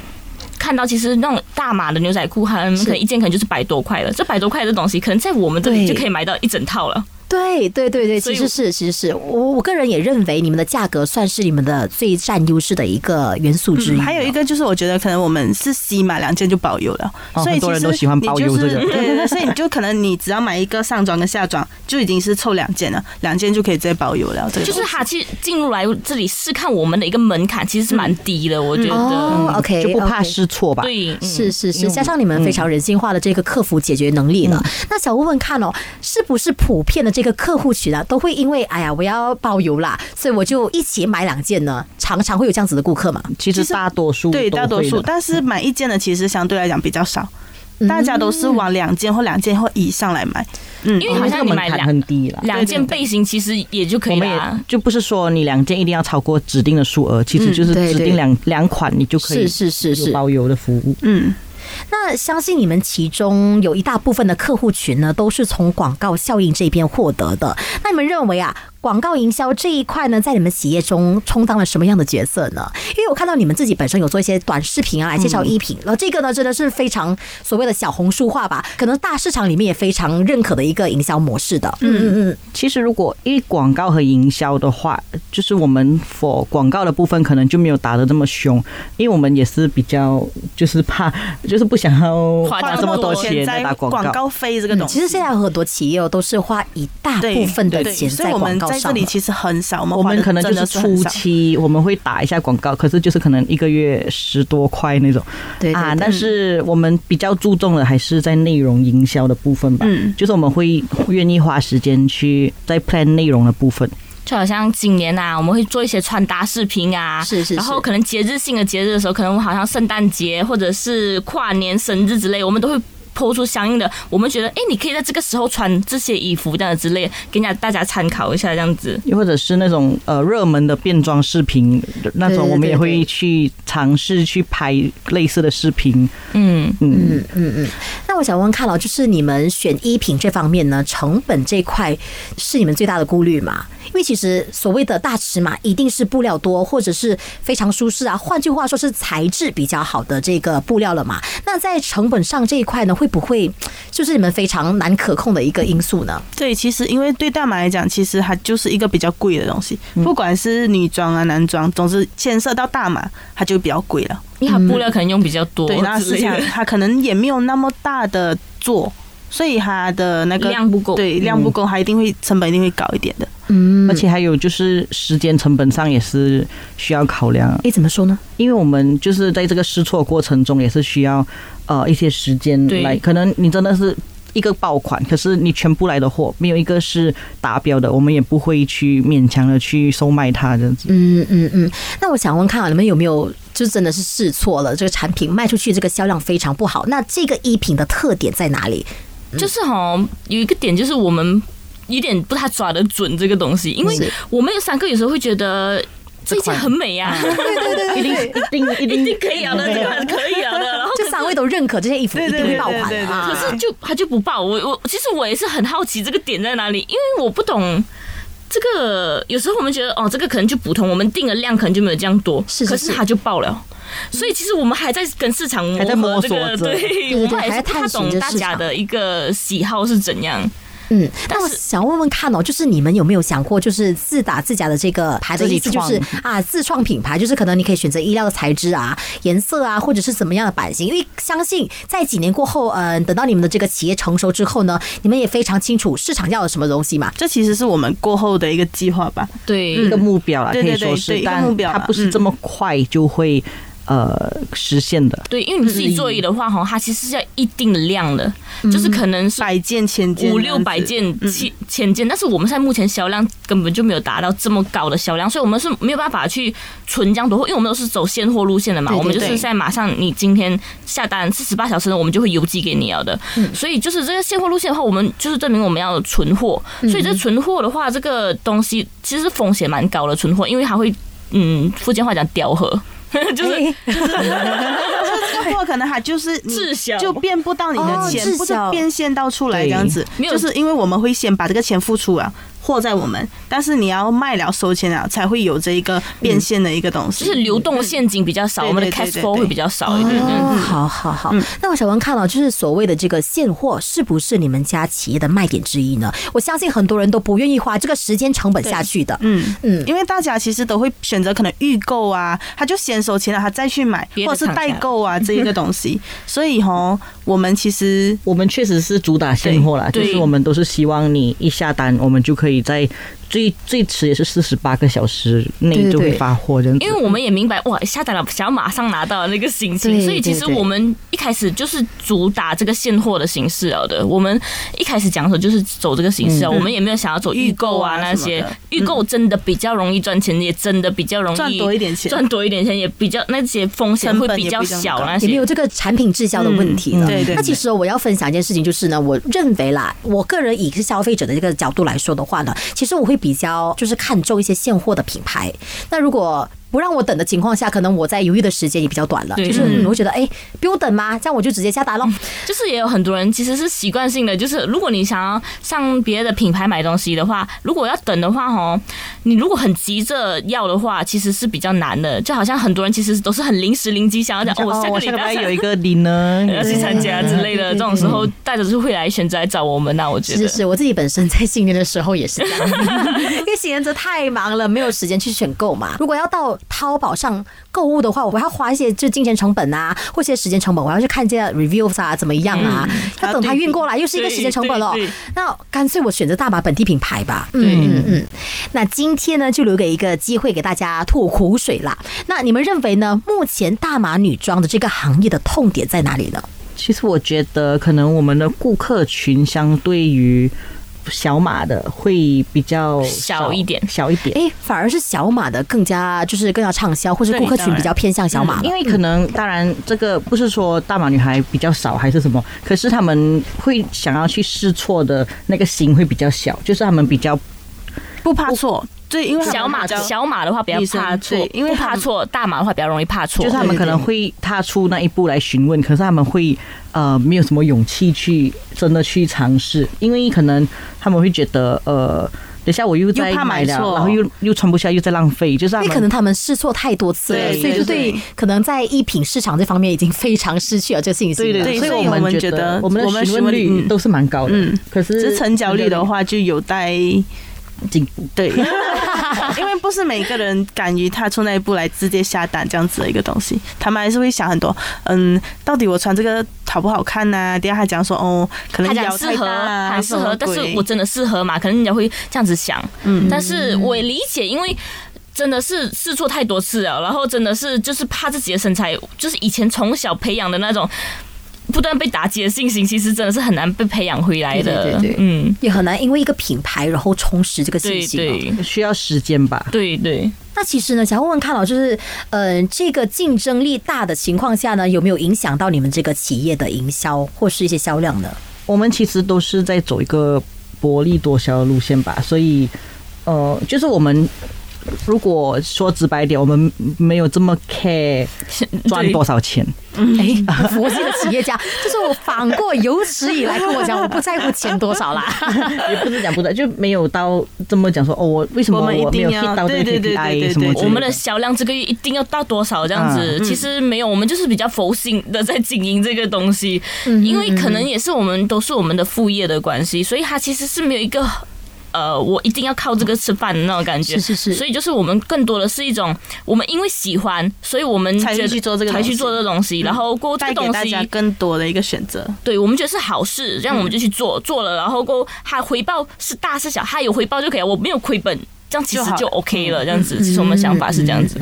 [SPEAKER 4] 看到其实那种大码的牛仔裤，它可能一件可能就是百多块了。这百多块的东西，可能在我们这里
[SPEAKER 3] 对
[SPEAKER 4] 就可以买到一整套了。
[SPEAKER 3] 对对对对，
[SPEAKER 4] 所
[SPEAKER 3] 其
[SPEAKER 4] 以
[SPEAKER 3] 实是其实是我我个人也认为你们的价格算是你们的最占优势的一个元素之一。
[SPEAKER 6] 嗯
[SPEAKER 3] 嗯
[SPEAKER 6] 还有一个就是，我觉得可能我们是西买两件就包邮了，
[SPEAKER 5] 哦
[SPEAKER 6] 所
[SPEAKER 5] 很
[SPEAKER 6] 以其
[SPEAKER 5] 多
[SPEAKER 6] 实
[SPEAKER 5] 人都喜欢包邮
[SPEAKER 6] 你就是
[SPEAKER 5] 这个
[SPEAKER 6] 对对对，所以你就可能你只要买一个上装跟下装，就已经是凑两件了，两件就可以直接包邮了。这个
[SPEAKER 4] 就是它其实进入来这里试看我们的一个门槛，其实是蛮低的，我觉
[SPEAKER 3] 哦
[SPEAKER 5] 嗯
[SPEAKER 4] 得。
[SPEAKER 3] ，OK，
[SPEAKER 5] 就不怕
[SPEAKER 3] OK
[SPEAKER 5] 试错吧。
[SPEAKER 4] 对，嗯
[SPEAKER 3] 是是是，加上你
[SPEAKER 6] 嗯
[SPEAKER 3] 们非常人性化的这个客服解决能力了。那想问问看哦，是不是普遍的这个客户群啊，都会因为哎呀我要包邮啦，所以我就一起买两件呢？常常会有这样子的顾客嘛？
[SPEAKER 5] 其实大多数
[SPEAKER 6] 对
[SPEAKER 5] 嗯都
[SPEAKER 6] 大多
[SPEAKER 5] 会
[SPEAKER 6] 数，
[SPEAKER 5] 的嗯
[SPEAKER 6] 但是买一件的其实相对来讲比较少，
[SPEAKER 4] 嗯
[SPEAKER 3] 嗯
[SPEAKER 6] 大家都是往两件或两件或以上来买。嗯，
[SPEAKER 4] 因为好
[SPEAKER 5] 这个
[SPEAKER 4] 像你
[SPEAKER 5] 门
[SPEAKER 4] 买
[SPEAKER 5] 槛
[SPEAKER 4] 两
[SPEAKER 5] 很低啦。
[SPEAKER 4] 两件背心，其实也就可
[SPEAKER 5] 我
[SPEAKER 4] 以
[SPEAKER 5] 们也
[SPEAKER 4] 啦。
[SPEAKER 5] 就不是说你两件一定要超过指定的数额，其实就是
[SPEAKER 3] 嗯对
[SPEAKER 5] 指
[SPEAKER 3] 对
[SPEAKER 5] 定两两款你就可以
[SPEAKER 3] 是是是
[SPEAKER 5] 有
[SPEAKER 3] 是。
[SPEAKER 5] 包邮的服务。
[SPEAKER 6] 嗯，
[SPEAKER 3] 那相信你们其中有一大部分的客户群呢，都是从广告效应这边获得的。那你们认为啊，广告营销这一块呢，在你们企业中充当了什么样的角色呢？因为我看到你们自己本身有做一些短视频啊，来介绍衣品，然后这个呢，真的是非常所谓的小红书化吧，可能大市场里面也非常认可的一个营销模式的。嗯嗯嗯，
[SPEAKER 5] 其实，如果一广告和营销的话，就是我们 for 广告的部分可能就没有打得这么凶，因为我们也是比较就是怕，就是不想要
[SPEAKER 4] 花
[SPEAKER 5] 花
[SPEAKER 4] 这
[SPEAKER 5] 这么
[SPEAKER 4] 么多
[SPEAKER 5] 多钱
[SPEAKER 6] 在
[SPEAKER 5] 来打广告。
[SPEAKER 6] 告费这个东
[SPEAKER 3] 嗯
[SPEAKER 6] 西。
[SPEAKER 3] 其实现在有很多企业哦都是花一大
[SPEAKER 6] 对
[SPEAKER 3] 部分的
[SPEAKER 6] 对
[SPEAKER 3] 钱
[SPEAKER 6] 所以
[SPEAKER 3] 在
[SPEAKER 6] 我
[SPEAKER 3] 广
[SPEAKER 6] 们
[SPEAKER 3] 告
[SPEAKER 6] 在这
[SPEAKER 3] 上
[SPEAKER 6] 里
[SPEAKER 3] 了。
[SPEAKER 6] 其实很少，我们
[SPEAKER 5] 我
[SPEAKER 6] 花
[SPEAKER 5] 们
[SPEAKER 6] 的
[SPEAKER 5] 可能就
[SPEAKER 6] 真的
[SPEAKER 5] 是
[SPEAKER 6] 是很
[SPEAKER 5] 初
[SPEAKER 6] 少。
[SPEAKER 5] 期我们会打一下广告，可是就是可能一个月十多块那种
[SPEAKER 3] 对对
[SPEAKER 5] 啊。
[SPEAKER 3] 对
[SPEAKER 5] 但是我们比较注重的还是在内容营销的部分吧，
[SPEAKER 6] 嗯
[SPEAKER 5] 就是我们会愿意花时间去在 plan 内容的部分。
[SPEAKER 4] 就好像今年啊，我们会做一些穿搭视频啊，
[SPEAKER 3] 是是是
[SPEAKER 4] 然后可能节日性的节日的时候，可能我们好像圣诞节或者是跨年、生日之类，我们都会。抛出相应的，我们觉得，哎、你可以在这个时候穿这些衣服，这样之类，给大家大家参考一下，这样子。
[SPEAKER 5] 又或者是那种呃热门的变装视频，那
[SPEAKER 3] 对
[SPEAKER 5] 种
[SPEAKER 3] 对
[SPEAKER 5] 我们也
[SPEAKER 3] 对
[SPEAKER 5] 会
[SPEAKER 3] 对
[SPEAKER 5] 去尝试去拍类似的视频。
[SPEAKER 4] 嗯，
[SPEAKER 5] 嗯，
[SPEAKER 3] 那我想问看了，就是你们选衣品这方面呢，成本这块是你们最大的顾虑吗？因为其实所谓的大尺码一定是布料多，或者是非常舒适啊，换句话说是材质比较好的这个布料了嘛。那在成本上这一块呢，会不会就是你们非常难可控的一个因素呢？
[SPEAKER 6] 对，其实因为对大马来讲，其实它就是一个比较贵的东西，不管是女装啊、男装，总之牵涉到大码，它就比较贵了。
[SPEAKER 4] 因为它布料可能用比较多，
[SPEAKER 6] 对，那
[SPEAKER 4] 之
[SPEAKER 6] 市
[SPEAKER 4] 类
[SPEAKER 6] 场
[SPEAKER 4] 的
[SPEAKER 6] 它可能也没有那么大的做，所以它的那个
[SPEAKER 4] 量不够。，
[SPEAKER 6] 对量不够，它一定会成本一定会高一点的。
[SPEAKER 5] 而且还有就是时间成本上也是需要考量，啊
[SPEAKER 3] 诶，怎么说呢？
[SPEAKER 5] 因为我们就是在这个试错过程中也是需要呃一些时间
[SPEAKER 4] 对
[SPEAKER 5] 来，可能你真的是。一个爆款，可是你全部来的货没有一个是达标的，我们也不会去勉强的去售卖它这样子。
[SPEAKER 3] 嗯嗯嗯。那我想问看啊，你们有没有就真的是试错了？这个产品卖出去，这个销量非常不好。那这个衣品的特点在哪里？
[SPEAKER 4] 就是哈，有一个点就是我们有点不太抓得准这个东西，因为
[SPEAKER 3] 是
[SPEAKER 4] 我们有三个有时候会觉得这件很美啊，
[SPEAKER 5] 一定一定一 定
[SPEAKER 4] 一定可以了的，这款可以了的，然后
[SPEAKER 3] 就三位都认可这件衣服一定会爆款
[SPEAKER 6] 对对对对对
[SPEAKER 3] 啊！
[SPEAKER 4] 可是就他就不报我我，其实我也是很好奇这个点在哪里，因为我不懂。这个有时候我们觉得哦，这个可能就普通，我们定的量可能就没有这样多，
[SPEAKER 3] 是是
[SPEAKER 4] 可是
[SPEAKER 3] 是
[SPEAKER 4] 它就爆了，所以其实我们还在跟市场磨
[SPEAKER 5] 还在
[SPEAKER 4] 合
[SPEAKER 5] 摸
[SPEAKER 4] 这个，
[SPEAKER 5] 索着
[SPEAKER 4] 对，
[SPEAKER 3] 对
[SPEAKER 4] 我们还
[SPEAKER 3] 还在
[SPEAKER 4] 是不太
[SPEAKER 3] 探寻
[SPEAKER 4] 懂
[SPEAKER 3] 着
[SPEAKER 4] 大
[SPEAKER 3] 市
[SPEAKER 4] 家
[SPEAKER 3] 场
[SPEAKER 4] 的一个喜好是怎样。
[SPEAKER 3] 嗯，
[SPEAKER 4] 但
[SPEAKER 3] 那我
[SPEAKER 4] 是
[SPEAKER 3] 想问问看哦，就是你们有没有想过，就是自打自家的这个牌的
[SPEAKER 5] 自己
[SPEAKER 3] 意思，就是啊，自创品牌，就是可能你可以选择衣料的材质啊、颜色啊，或者是怎么样的版型，因为相信在几年过后，嗯，等到你们的这个企业成熟之后呢，你们也非常清楚市场要有什么东 西嘛。
[SPEAKER 6] 这其实是我们过后的一个计划吧。
[SPEAKER 4] 对，
[SPEAKER 5] 一个目标啦，
[SPEAKER 6] 对
[SPEAKER 5] 可以
[SPEAKER 6] 对对
[SPEAKER 5] 说
[SPEAKER 6] 对
[SPEAKER 5] 是
[SPEAKER 6] 一，个
[SPEAKER 5] 但
[SPEAKER 6] 目标啦
[SPEAKER 5] 它不是这么快就会。呃实现的。
[SPEAKER 4] 对，因为你自己座椅的话，哈，它其实是要一定的量的，
[SPEAKER 5] 嗯
[SPEAKER 4] 就是可能是
[SPEAKER 6] 百件千件
[SPEAKER 4] 五
[SPEAKER 6] 这样
[SPEAKER 4] 六
[SPEAKER 6] 子嗯
[SPEAKER 4] 百件、千千件，但是我们现在目前销量根本就没有达到这么高的销量，所以我们是没有办法去存这样多货，因为我们都是走现货路线的嘛，
[SPEAKER 3] 对对
[SPEAKER 4] 我们就是
[SPEAKER 3] 对
[SPEAKER 4] 现在马上你今天下单四十八小时，我们就会邮寄给你要的。
[SPEAKER 6] 嗯
[SPEAKER 4] 所以就是这个现货路线的话，我们就是证明我们要存货，
[SPEAKER 6] 嗯
[SPEAKER 4] 所以这存货的话，这个东西其实风险蛮高的，存货，因为它会嗯，福建话讲掉河。
[SPEAKER 3] 哎
[SPEAKER 4] 就是
[SPEAKER 6] 嗯这个货可能它就是你
[SPEAKER 4] 滞销
[SPEAKER 6] 就变不到你
[SPEAKER 3] 哦
[SPEAKER 6] 的钱
[SPEAKER 3] 滞，
[SPEAKER 6] 不是
[SPEAKER 3] 销
[SPEAKER 6] 变现到出来这样子，
[SPEAKER 4] 没有
[SPEAKER 6] 就是因为我们会先把这个钱付出了。货在我们，但是你要卖了收钱啊了，才会有这一个变现的一个东西。
[SPEAKER 4] 就是流动现金比较少，
[SPEAKER 6] 嗯对
[SPEAKER 4] 我们的
[SPEAKER 6] 对对
[SPEAKER 4] cash
[SPEAKER 6] 对
[SPEAKER 4] flow
[SPEAKER 6] 对
[SPEAKER 4] 会比较少一点。嗯
[SPEAKER 3] 哦，好好好。
[SPEAKER 6] 嗯
[SPEAKER 3] 那我想问看了，就是所谓的这个现货，是不是你们家企业的卖点之一呢？我相信很多人都不愿意花这个时间成本下去的。
[SPEAKER 6] 嗯
[SPEAKER 3] 嗯
[SPEAKER 6] 嗯，因为大家其实都会选择可能预购啊，他就先收钱了，他再去买，
[SPEAKER 4] 别的
[SPEAKER 6] 或者是
[SPEAKER 4] 厂家
[SPEAKER 6] 代购啊这一个东西。所以吼，我们其实
[SPEAKER 5] 我们确实是主打现货啦，就
[SPEAKER 4] 对
[SPEAKER 5] 是我们都是希望你一下单，我们就可以在最最迟也是四十八个小时
[SPEAKER 3] 对
[SPEAKER 5] 内
[SPEAKER 3] 对
[SPEAKER 5] 就会
[SPEAKER 3] 对
[SPEAKER 5] 发货这样子。
[SPEAKER 4] 因为我们也明白哇，下单了想要马上拿到那个心情，
[SPEAKER 3] 对
[SPEAKER 4] 所以其实
[SPEAKER 3] 对对
[SPEAKER 4] 我们一开始就是主打这个现货的形式了的。我们一开始讲的时候就是走这个形式啊，我们也没有想要走预购啊
[SPEAKER 6] 嗯预购啊
[SPEAKER 4] 那些
[SPEAKER 6] 什么的，
[SPEAKER 4] 预购真的比较容易赚钱，也真的比较容易
[SPEAKER 6] 赚多一点钱
[SPEAKER 4] 赚多一点钱也比较那些风险会比较小那
[SPEAKER 3] 也没
[SPEAKER 4] 些
[SPEAKER 3] 有。这个产品滞销的问题了。
[SPEAKER 6] 嗯对对
[SPEAKER 3] 那其实我要分享一件事情，就是呢，我认为啦，我个人以消费者的这个角度来说的话呢，其实我会比较就是看重一些现货的品牌。那如果不让我等的情况下，可能我在犹豫的时间也比较短了，
[SPEAKER 4] 对
[SPEAKER 3] 就是嗯我会觉得哎，不用等吗？这样我就直接下单咯。
[SPEAKER 4] 就是也有很多人其实是习惯性的，就是如果你想要上别的品牌买东西的话，如果要等的话，哦，你如果很急着要的话，其实是比较难的。就好像很多人其实都是很临时临机想要讲， 呃哦，我下
[SPEAKER 5] 嗯我
[SPEAKER 4] 个礼
[SPEAKER 5] 下个礼嗯
[SPEAKER 4] 拜
[SPEAKER 5] 拜有一个 dinner，
[SPEAKER 4] 要去参加之类的，这种时候大家就会来选择来找我们呐、我觉
[SPEAKER 3] 是是
[SPEAKER 4] 得。
[SPEAKER 3] 是，我自己本身在新年的时候也是这样， 因为新年真的太忙了，没有时间去选购嘛。如果要到淘宝上购物的话，我还要花一些就金钱成本啊，或一些时间成本，我要去看一下 reviews 啊，怎么样啊？
[SPEAKER 4] 嗯
[SPEAKER 3] 要等它运过来，又是一个时间成本了
[SPEAKER 4] 对对对。
[SPEAKER 3] 那干脆我选择大马本地品牌吧。
[SPEAKER 4] 对
[SPEAKER 3] 嗯嗯嗯。那今天呢，就留给一个机会给大家吐苦水啦。那你们认为呢？目前大码女装的这个行业的痛点在哪里呢？
[SPEAKER 5] 其实我觉得，可能我们的顾客群相对于小码的会比较
[SPEAKER 4] 小一点
[SPEAKER 5] 小一点。
[SPEAKER 3] 哎，反而是小码的更加就是更加畅销，或是
[SPEAKER 6] 对
[SPEAKER 3] 顾客群
[SPEAKER 6] 当
[SPEAKER 3] 比
[SPEAKER 6] 然
[SPEAKER 3] 较偏向小
[SPEAKER 4] 嗯
[SPEAKER 3] 码了
[SPEAKER 5] 嗯因为可能当然这个不是说大码女孩比较少还是什么，可是他们会想要去试错的那个心会比较小，就是他们比较
[SPEAKER 6] 不怕错，对，因为他们
[SPEAKER 4] 小马
[SPEAKER 6] 比较
[SPEAKER 4] 小马的话比较
[SPEAKER 6] 女生
[SPEAKER 4] 怕错
[SPEAKER 6] 对，因为
[SPEAKER 4] 不
[SPEAKER 6] 他
[SPEAKER 4] 怕
[SPEAKER 6] 们
[SPEAKER 4] 错，大马的话比较容易怕错。
[SPEAKER 5] 就是他们可能会踏出那一步来询问，可是他们会呃没有什么勇气去真的去尝试，因为可能他们会觉得呃，等一下我又再
[SPEAKER 6] 又怕
[SPEAKER 5] 买
[SPEAKER 6] 买
[SPEAKER 5] 了，
[SPEAKER 6] 错
[SPEAKER 5] 然后又又穿不下，又在浪费，就是他
[SPEAKER 3] 因为
[SPEAKER 5] 们
[SPEAKER 3] 可能他们试错太多次了，
[SPEAKER 6] 对
[SPEAKER 3] 所以就对
[SPEAKER 6] 对
[SPEAKER 3] 可能在一品市场这方面已经非常失去了这个信心
[SPEAKER 5] 对
[SPEAKER 3] 了。
[SPEAKER 5] 对，
[SPEAKER 6] 对
[SPEAKER 5] 所以
[SPEAKER 6] 所
[SPEAKER 5] 我
[SPEAKER 6] 以我
[SPEAKER 5] 们
[SPEAKER 6] 们
[SPEAKER 5] 觉
[SPEAKER 6] 觉得
[SPEAKER 5] 得我们
[SPEAKER 6] 我
[SPEAKER 5] 的
[SPEAKER 6] 们
[SPEAKER 5] 询
[SPEAKER 6] 询
[SPEAKER 5] 问
[SPEAKER 6] 问率
[SPEAKER 5] 率
[SPEAKER 6] 嗯
[SPEAKER 5] 都是蛮高的，
[SPEAKER 6] 嗯
[SPEAKER 5] 可是
[SPEAKER 6] 只是成交率的话就有待
[SPEAKER 5] 进步。
[SPEAKER 6] 对， 因为不是每个人敢于踏出那一步来直接下单这样子的一个东西，他们还是会想很多，嗯，到底我穿这个好不好看呐、啊？等一下还讲说哦，可
[SPEAKER 4] 他
[SPEAKER 6] 能
[SPEAKER 4] 讲
[SPEAKER 6] 腰
[SPEAKER 4] 适
[SPEAKER 6] 太
[SPEAKER 4] 合，
[SPEAKER 6] 大啊，
[SPEAKER 4] 还适
[SPEAKER 6] 什
[SPEAKER 4] 合，
[SPEAKER 6] 么
[SPEAKER 4] 但是
[SPEAKER 6] 鬼
[SPEAKER 4] 我真的适合嘛？可能人家会这样子想，嗯，但是我也理解，因为。真的是试错太多次了，然后真的是就是怕自己的身材，就是以前从小培养的那种不断被打击的信心，其实真的是很难被培养回来的。
[SPEAKER 3] 对对对
[SPEAKER 4] 嗯，
[SPEAKER 3] 也很难因为一个品牌然后重拾这个信
[SPEAKER 4] 对
[SPEAKER 3] 心哦。
[SPEAKER 4] 对
[SPEAKER 5] 需要时间吧，
[SPEAKER 4] 对对。
[SPEAKER 3] 那其实呢，想问问看老师，就是嗯、呃，这个竞争力大的情况下呢，有没有影响到你们这个企业的营销或是一些销量呢？
[SPEAKER 5] 我们其实都是在走一个薄利多销的路线吧，所以呃，就是我们如果说直白一点，我们没有这么 care 赚多少钱，
[SPEAKER 3] 哎，佛系的企业家，就是我反过有史以来跟我讲，我不在乎钱多少啦。
[SPEAKER 5] 也不是讲不对，就没有到这么讲说哦，我为什么
[SPEAKER 6] 我
[SPEAKER 5] 我
[SPEAKER 6] 们
[SPEAKER 5] 没
[SPEAKER 6] 一
[SPEAKER 5] 有
[SPEAKER 6] 定
[SPEAKER 5] hit
[SPEAKER 6] 要
[SPEAKER 5] 到这
[SPEAKER 6] 对
[SPEAKER 5] 个
[SPEAKER 6] 对对对
[SPEAKER 5] KPI
[SPEAKER 6] 对
[SPEAKER 5] 什么
[SPEAKER 6] 对
[SPEAKER 5] 之类
[SPEAKER 4] 我们的销量这个月一定要到多少这样子？其实没有，我们就是比较佛性的在经营这个东西，
[SPEAKER 6] 嗯
[SPEAKER 4] 因为可能也是我们都是我们的副业的关系，所以它其实是没有一个。呃，我一定要靠这个吃饭的那种感觉，
[SPEAKER 3] 是是是
[SPEAKER 4] 所以就是我们更多的是一种，我们因为喜欢，所以我们
[SPEAKER 6] 才
[SPEAKER 4] 觉得
[SPEAKER 6] 去做这个
[SPEAKER 4] 才去
[SPEAKER 6] 东西嗯
[SPEAKER 4] 做这个东西，然后过后这
[SPEAKER 6] 带
[SPEAKER 4] 个
[SPEAKER 6] 给
[SPEAKER 4] 东
[SPEAKER 6] 大
[SPEAKER 4] 西
[SPEAKER 6] 家更多的一个选择。
[SPEAKER 4] 对我们觉得是好事，这样我们就去做，做了，然后过后它回报是大是小，它有回报就可以了，我没有亏本，这样其实
[SPEAKER 6] 就好嗯
[SPEAKER 4] 就 OK 了，这样子，其实我们想法是这样子。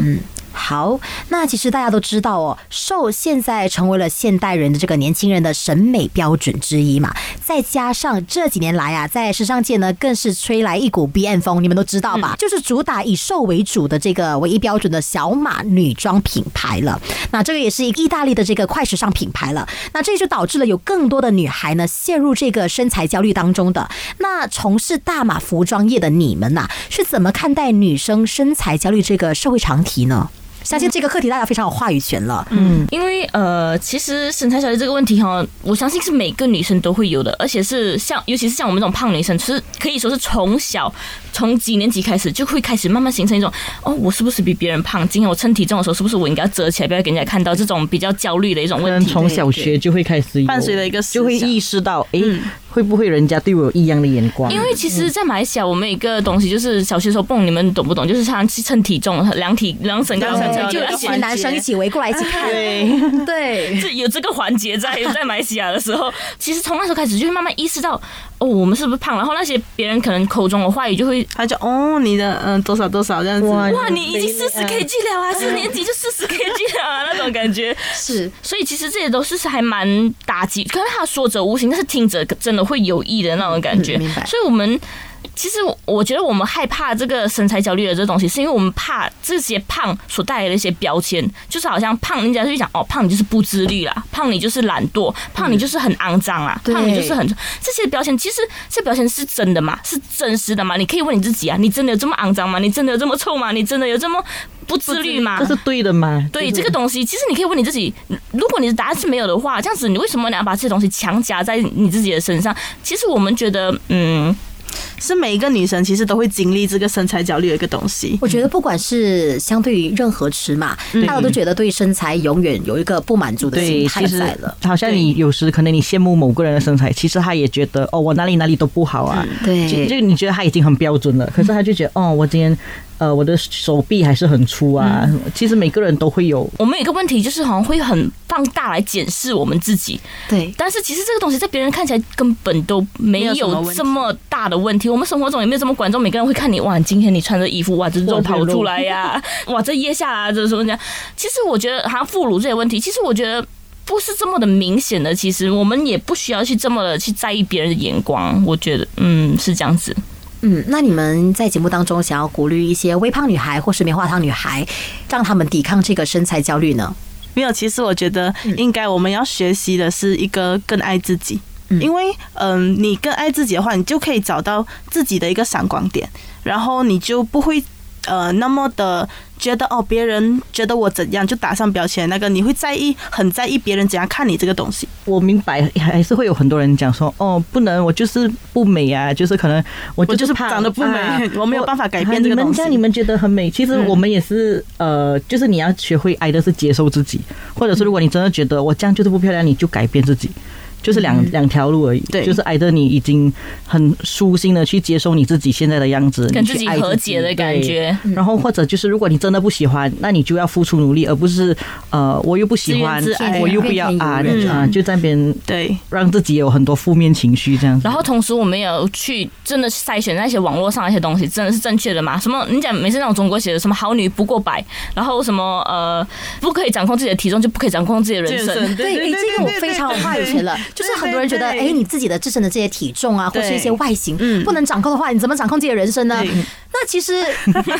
[SPEAKER 3] 好，那其实大家都知道哦，瘦现在成为了现代人的这个年轻人的审美标准之一嘛。再加上这几年来啊，在时尚界呢，更是吹来一股 B N 风，你们都知道吧？就是主打以瘦为主的这个唯一标准的小码女装品牌了。那这个也是意大利的这个快时尚品牌了。那这就导致了有更多的女孩呢陷入这个身材焦虑当中的。那从事大码服装业的你们呐、啊是怎么看待女生身材焦虑这个社会常题呢？相信这个课题大家非常有话语权了。
[SPEAKER 4] 嗯，因为呃，其实身材焦虑这个问题哈，我相信是每个女生都会有的，而且是像尤其是像我们这种胖女生，其实可以说是从小从几年级开始就会开始慢慢形成一种哦，我是不是比别人胖？今天我称体重的时候，是不是我应该要折起来，不要给人家看到这种比较焦虑的一种
[SPEAKER 5] 可
[SPEAKER 4] 问
[SPEAKER 5] 能
[SPEAKER 4] 题？
[SPEAKER 5] 从小学就会开始有，
[SPEAKER 6] 伴随了一个思想
[SPEAKER 5] 就会意识到，诶，
[SPEAKER 6] 嗯
[SPEAKER 5] 会不会人家对我有异样的眼光？
[SPEAKER 4] 因为其实，在马来西亚，我们有一个东西就是小学时候蹦，你们懂不懂？就是常常去称体重，量体量身高身材，
[SPEAKER 6] 对
[SPEAKER 4] 就
[SPEAKER 3] 哦就
[SPEAKER 4] 有
[SPEAKER 3] 有
[SPEAKER 4] 一
[SPEAKER 3] 一
[SPEAKER 4] 起
[SPEAKER 3] 群男生一起围过来一起看，对，
[SPEAKER 4] 这有这个环节 在在马来西亚的时候，其实从那时候开始就会慢慢意识到，哦，我们是不是胖？然后那些别人可能口中的话语就会。
[SPEAKER 6] 他就哦，你的嗯多少多少这样子，
[SPEAKER 5] 哇
[SPEAKER 4] 哇，你已经四十 kg 了啊！四年级就四十 kg 了啊，那种感觉。
[SPEAKER 3] 是
[SPEAKER 4] 所以其实这些都是是还蛮打击，可能他说者无形，但是听者真的会有意的那种感觉。
[SPEAKER 3] 嗯明白
[SPEAKER 4] 所以我们其实我我觉得我们害怕这个身材焦虑的这东西，是因为我们怕这些胖所带来的一些标签，就是好像胖人家就会讲哦，胖你就是不自律啦，胖你就是懒惰，胖你就是很肮脏啦，
[SPEAKER 3] 对
[SPEAKER 4] 胖你就是很这些标签，其实这标签是真的吗？是真实的吗？你可以问你自己啊，你真的有这么肮脏吗？你真的有这么臭吗？你真的有这么不自律吗？
[SPEAKER 5] 这是对的吗？
[SPEAKER 6] 啊
[SPEAKER 4] 对
[SPEAKER 5] 就是
[SPEAKER 4] 这个东西，其实你可以问你自己，嗯如果你的答案是没有的话，这样子你为什么你要把这些东西强加在你自己的身上？其实我们觉得，嗯，
[SPEAKER 6] 是每一个女生其实都会经历这个身材焦虑的一个东西。
[SPEAKER 3] 我觉得不管是相对于任何尺码，大家都觉得对身材永远有一个不满足的心
[SPEAKER 5] 嗯对，
[SPEAKER 3] 态
[SPEAKER 5] 其实
[SPEAKER 3] 在了。
[SPEAKER 5] 好像你有时可能你羡慕某个人的身材，其实他也觉得哦，我哪里哪里都不好啊。
[SPEAKER 6] 嗯
[SPEAKER 3] 对
[SPEAKER 5] 就就你觉得他已经很标准了，可是他就觉得哦，我今天呃我的手臂还是很粗啊。
[SPEAKER 6] 嗯
[SPEAKER 5] 什么其实每个人都会有，
[SPEAKER 4] 我们有一个问题就是好像会很放大来检视我们自己，
[SPEAKER 3] 对，
[SPEAKER 4] 但是其实这个东西在别人看起来根本都没
[SPEAKER 6] 没有什么
[SPEAKER 4] 有
[SPEAKER 6] 问题
[SPEAKER 4] 这么大的问题。我们生活中也没有这么管重，每个人会看你哇，今天你穿着衣服哇，这肉
[SPEAKER 5] 哇这
[SPEAKER 4] 跑
[SPEAKER 5] 肉
[SPEAKER 4] 出来呀、哇，这腋下啊，这什么讲？其实我觉得，好像副乳这些问题，其实我觉得。不是这么的明显的，其实我们也不需要去这么的去在意别人的眼光，我觉得，嗯，是这样子。
[SPEAKER 3] 嗯，那你们在节目当中想要鼓励一些微胖女孩或是棉花糖女孩，让她们抵抗这个身材焦虑呢？
[SPEAKER 6] 没有，其实我觉得应该我们要学习的是一个更爱自己，
[SPEAKER 3] 嗯
[SPEAKER 6] 因为嗯、你更爱自己的话，你就可以找到自己的一个闪光点，然后你就不会呃那么的觉得哦，别人觉得我怎样就打上标签，那个你会在意，很在意别人怎样看你这个东西。
[SPEAKER 5] 我明白还是会有很多人讲说哦，不能，我就是不美啊，就是可能我
[SPEAKER 6] 我就是
[SPEAKER 5] 是胖
[SPEAKER 6] 长得不美
[SPEAKER 5] 啊
[SPEAKER 6] 我没有办法改变这个
[SPEAKER 5] 你
[SPEAKER 6] 东
[SPEAKER 5] 们
[SPEAKER 6] 西嗯
[SPEAKER 5] 这样你们觉得很美，其实我们也是、呃，就是你要学会爱的是接受自己，或者是如果你真的觉得我这样就是不漂亮，你就改变自己。就是两两条路而已，
[SPEAKER 6] 嗯对
[SPEAKER 5] 就是挨着你已经很舒心的去接受你自己现在的样子，
[SPEAKER 4] 跟
[SPEAKER 5] 你去
[SPEAKER 4] 自己
[SPEAKER 5] 爱
[SPEAKER 4] 和解的感觉
[SPEAKER 5] 对
[SPEAKER 6] 嗯
[SPEAKER 5] 然后或者就是，如果你真的不喜欢，那你就要付出努力，而不是呃，我又不喜欢
[SPEAKER 4] 自怨自艾，
[SPEAKER 5] 我又不要啊
[SPEAKER 3] 怨天尤人
[SPEAKER 5] 啊，就在那边
[SPEAKER 6] 对，
[SPEAKER 5] 让自己有很多负面情绪这样子。
[SPEAKER 4] 然后同时我们也有去真的筛选那些网络上那些东西，真的是正确的吗？什么你讲每次那种中国写的什么好女不过百，然后什么呃不可以掌控自己的体重，就不可以掌控自己的人生。
[SPEAKER 3] 对，哎，这个我非常有话语权了。就是很多人觉得，哎，你自己的自身的这些体重啊，或
[SPEAKER 6] 对
[SPEAKER 3] 是一些外形
[SPEAKER 6] 嗯
[SPEAKER 3] 不能掌控的话，你怎么掌控自己的人生呢
[SPEAKER 6] 对？
[SPEAKER 3] 那 其实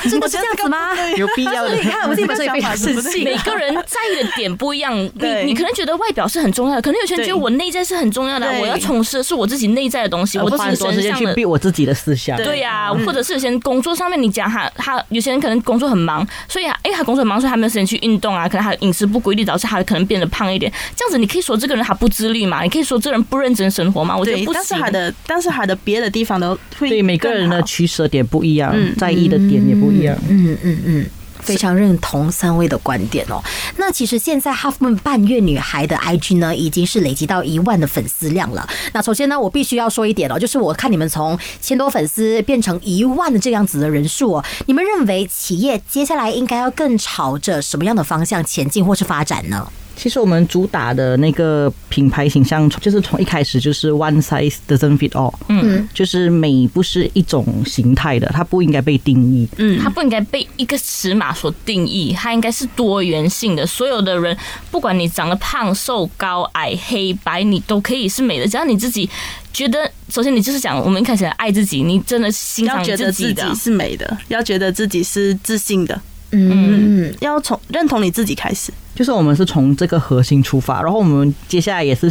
[SPEAKER 3] 真的是这样子吗？
[SPEAKER 5] 有必要
[SPEAKER 3] 所
[SPEAKER 5] 的
[SPEAKER 3] 以。你看，我自己本身也非常自信。
[SPEAKER 4] 每个人在意的点不一样，你
[SPEAKER 6] 对
[SPEAKER 4] 你可能觉得外表是很重要的，可能有些人觉得
[SPEAKER 6] 对
[SPEAKER 4] 我内在是很重要的，
[SPEAKER 6] 对
[SPEAKER 4] 我要重视的是我自己内在的东西，
[SPEAKER 5] 我
[SPEAKER 4] 我自
[SPEAKER 5] 花很
[SPEAKER 4] 己
[SPEAKER 5] 多
[SPEAKER 4] 身
[SPEAKER 5] 时间
[SPEAKER 4] 上
[SPEAKER 5] 去
[SPEAKER 4] 的
[SPEAKER 5] 逼我自己的思想。
[SPEAKER 6] 对嗯
[SPEAKER 4] 对呀、或者是有些人工作上面，你讲他他有些人可能工作很忙，所以啊，哎，他工作很忙，所以他没有时间去运动啊，可能他饮食不规律，导致他可能变得胖一点。这样子，你可以说这个人他不自律嘛，你可以说这个人不认真生活嘛，我觉
[SPEAKER 6] 对
[SPEAKER 4] 得，不
[SPEAKER 6] 但是
[SPEAKER 4] 行。
[SPEAKER 6] 他的，但是他的别的地方都会
[SPEAKER 5] 对每个人
[SPEAKER 6] 更
[SPEAKER 5] 的
[SPEAKER 6] 好
[SPEAKER 5] 取舍点不一样
[SPEAKER 6] 嗯，
[SPEAKER 5] 在意的点也不一样。
[SPEAKER 3] 嗯嗯嗯，非常认同三位的观点哦。那其实现在 Huffman 半月女孩的 IG 呢，已经是累积到一万的粉丝量了。那首先呢，我必须要说一点哦，就是我看你们从千多粉丝变成一万的这样子的人数哦，你们认为企业接下来应该要更朝着什么样的方向前进或是发展呢？
[SPEAKER 5] 其实我们主打的那个品牌形象，就是从一开始就是 one size doesn't fit all，
[SPEAKER 3] 嗯，
[SPEAKER 5] 就是美不是一种形态的，它不应该被定义。
[SPEAKER 6] 嗯
[SPEAKER 4] 它不应该被一个尺码所定义，它应该是多元性的。所有的人，不管你长得胖、瘦、高矮、黑白，你都可以是美的。只要你自己觉得，首先你就是讲我们一开始爱自己，你真的欣赏
[SPEAKER 6] 要
[SPEAKER 4] 你
[SPEAKER 6] 觉得
[SPEAKER 4] 己
[SPEAKER 6] 自
[SPEAKER 4] 的
[SPEAKER 6] 己，是美的，要觉得自己是自信的，
[SPEAKER 3] 嗯，
[SPEAKER 6] 要从认同你自己开始。
[SPEAKER 5] 就是我们是从这个核心出发，然后我们接下来也是，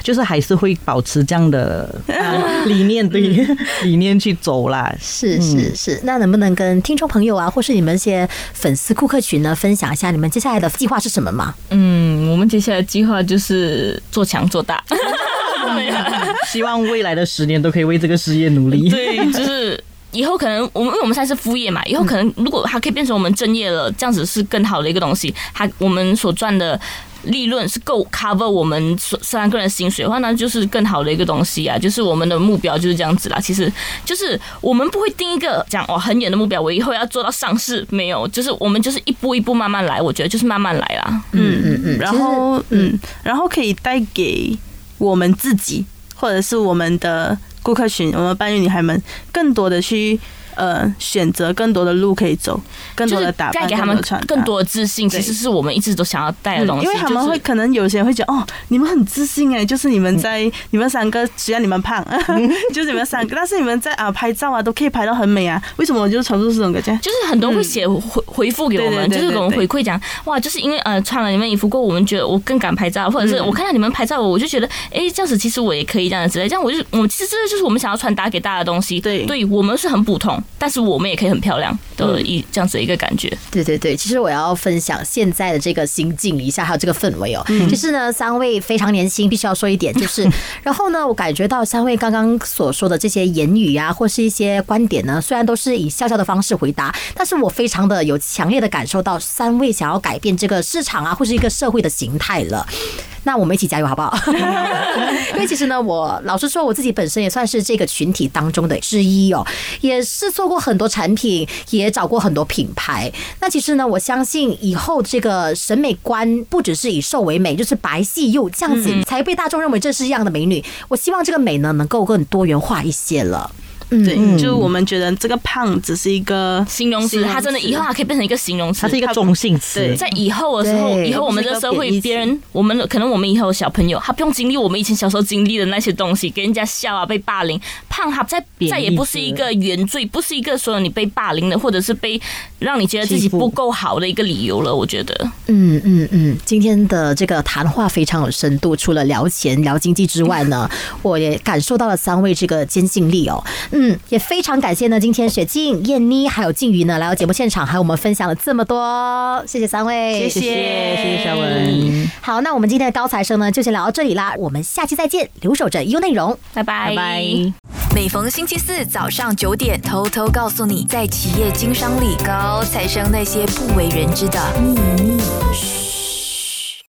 [SPEAKER 5] 就是还是会保持这样的、呃理念，对理念去走啦。
[SPEAKER 3] 是是是。嗯那能不能跟听众朋友啊，或是你们一些粉丝顾客群呢，分享一下你们接下来的计划是什么吗？
[SPEAKER 4] 嗯，我们接下来的计划就是做强做大。
[SPEAKER 5] 希望未来的十年都可以为这个事业努力。
[SPEAKER 4] 对，就是以后可能我们因为我们现在是副业嘛，以后可能如果它可以变成我们正业了，这样子是更好的一个东西。它我们所赚的利润是够 cover 我们所三个人的薪水的话，那就是更好的一个东西啊。就是我们的目标就是这样子啦。其实就是我们不会定一个讲哦很远的目标，我以后要做到上市没有，就是我们就是一步一步慢慢来。我觉得就是慢慢来啦。
[SPEAKER 6] 嗯
[SPEAKER 3] 嗯嗯
[SPEAKER 6] 然后嗯，然后可以带给我们自己，或者是我们的顾客群，我们伴侣女孩们更多的去呃选择更多的路可以走，更
[SPEAKER 4] 就
[SPEAKER 6] 多的
[SPEAKER 4] 是
[SPEAKER 6] 打
[SPEAKER 4] 带
[SPEAKER 6] 扮，
[SPEAKER 4] 给他
[SPEAKER 6] 更
[SPEAKER 4] 们
[SPEAKER 6] 多的穿搭
[SPEAKER 4] 更多的自信，其
[SPEAKER 6] 对嗯
[SPEAKER 4] 实是我们一直都想要带的东西。
[SPEAKER 6] 因为他们
[SPEAKER 4] 就是嗯
[SPEAKER 6] 会可能有些人会觉得哦，你们很自信哎，就是你们在、你们三个，虽然你们胖， 就是你们三个，但是你们在啊拍照啊都可以拍到很美啊，为什么我就传出这种感觉？
[SPEAKER 4] 就是很多会写回回复给我们，
[SPEAKER 6] 嗯对对对
[SPEAKER 4] 就是给我们
[SPEAKER 6] 对
[SPEAKER 4] 回馈讲，哇，就是因为呃穿了你们衣服过后，我们觉得我更敢拍照，或者是
[SPEAKER 6] 嗯
[SPEAKER 4] 我看到你们拍照，我就觉得，哎，这样子其实我也可以这样子之类，这样我就我其实这就是我们想要传达给大家的东西。
[SPEAKER 6] 对
[SPEAKER 4] 对我们是很普通，但是我们也可以很漂亮的
[SPEAKER 6] 嗯
[SPEAKER 4] 一这样子的一个感觉。
[SPEAKER 3] 对对对，其实我要分享现在的这个心境一下，还有这个氛围哦。就是呢，三位非常年轻，必须要说一点，就是，然后呢，我感觉到三位刚刚所说的这些言语啊，或是一些观点呢，虽然都是以笑笑的方式回答，但是我非常的有强烈的感受到，三位想要改变这个市场啊，或是一个社会的形态了。那我们一起加油好不好？
[SPEAKER 5] 嗯
[SPEAKER 3] 因为其实呢，我老实说，我自己本身也算是这个群体当中的之一哦，也是做过很多产品，也找过很多品牌。那其实呢，我相信以后这个审美观不只是以瘦为美，就是白细幼这样子才被大众认为这是一样的美女。我希望这个美呢，能够更多元化一些了。
[SPEAKER 6] 对，就我们觉得这个胖只是一个
[SPEAKER 4] 嗯形容词，它真的以后它可以变成一个形容词，
[SPEAKER 5] 它是一个中性词
[SPEAKER 6] 对，
[SPEAKER 4] 在以后的时候，
[SPEAKER 3] 对
[SPEAKER 4] 以后我们这个社会，别人我们可能我们以后有小朋友，他不用经历我们以前小时候经历的那些东西，给人家笑啊，被霸凌，胖他再
[SPEAKER 5] 贬义
[SPEAKER 4] 再也不是一个原罪，不是一个说你被霸凌的，或者是被让你觉得自己
[SPEAKER 5] 欺负
[SPEAKER 4] 不够好的一个理由了。我觉得，
[SPEAKER 3] 嗯嗯嗯，今天的这个谈话非常有深度，除了聊钱、聊经济之外呢，
[SPEAKER 5] 嗯
[SPEAKER 3] 我也感受到了三位这个坚信力哦。嗯，也非常感谢呢，今天雪静、燕妮还有静瑜呢来到节目现场，还有我们分享了这么多，谢谢三位，
[SPEAKER 5] 谢谢谢谢小文。
[SPEAKER 3] 好，那我们今天的高材生呢就先聊到这里啦，我们下期再见，留守着优内容。
[SPEAKER 4] 拜拜
[SPEAKER 5] 拜拜
[SPEAKER 1] 每逢星期四早上九点，偷偷告诉你，在企业经商里，高材生那些不为人知的秘密。嘘。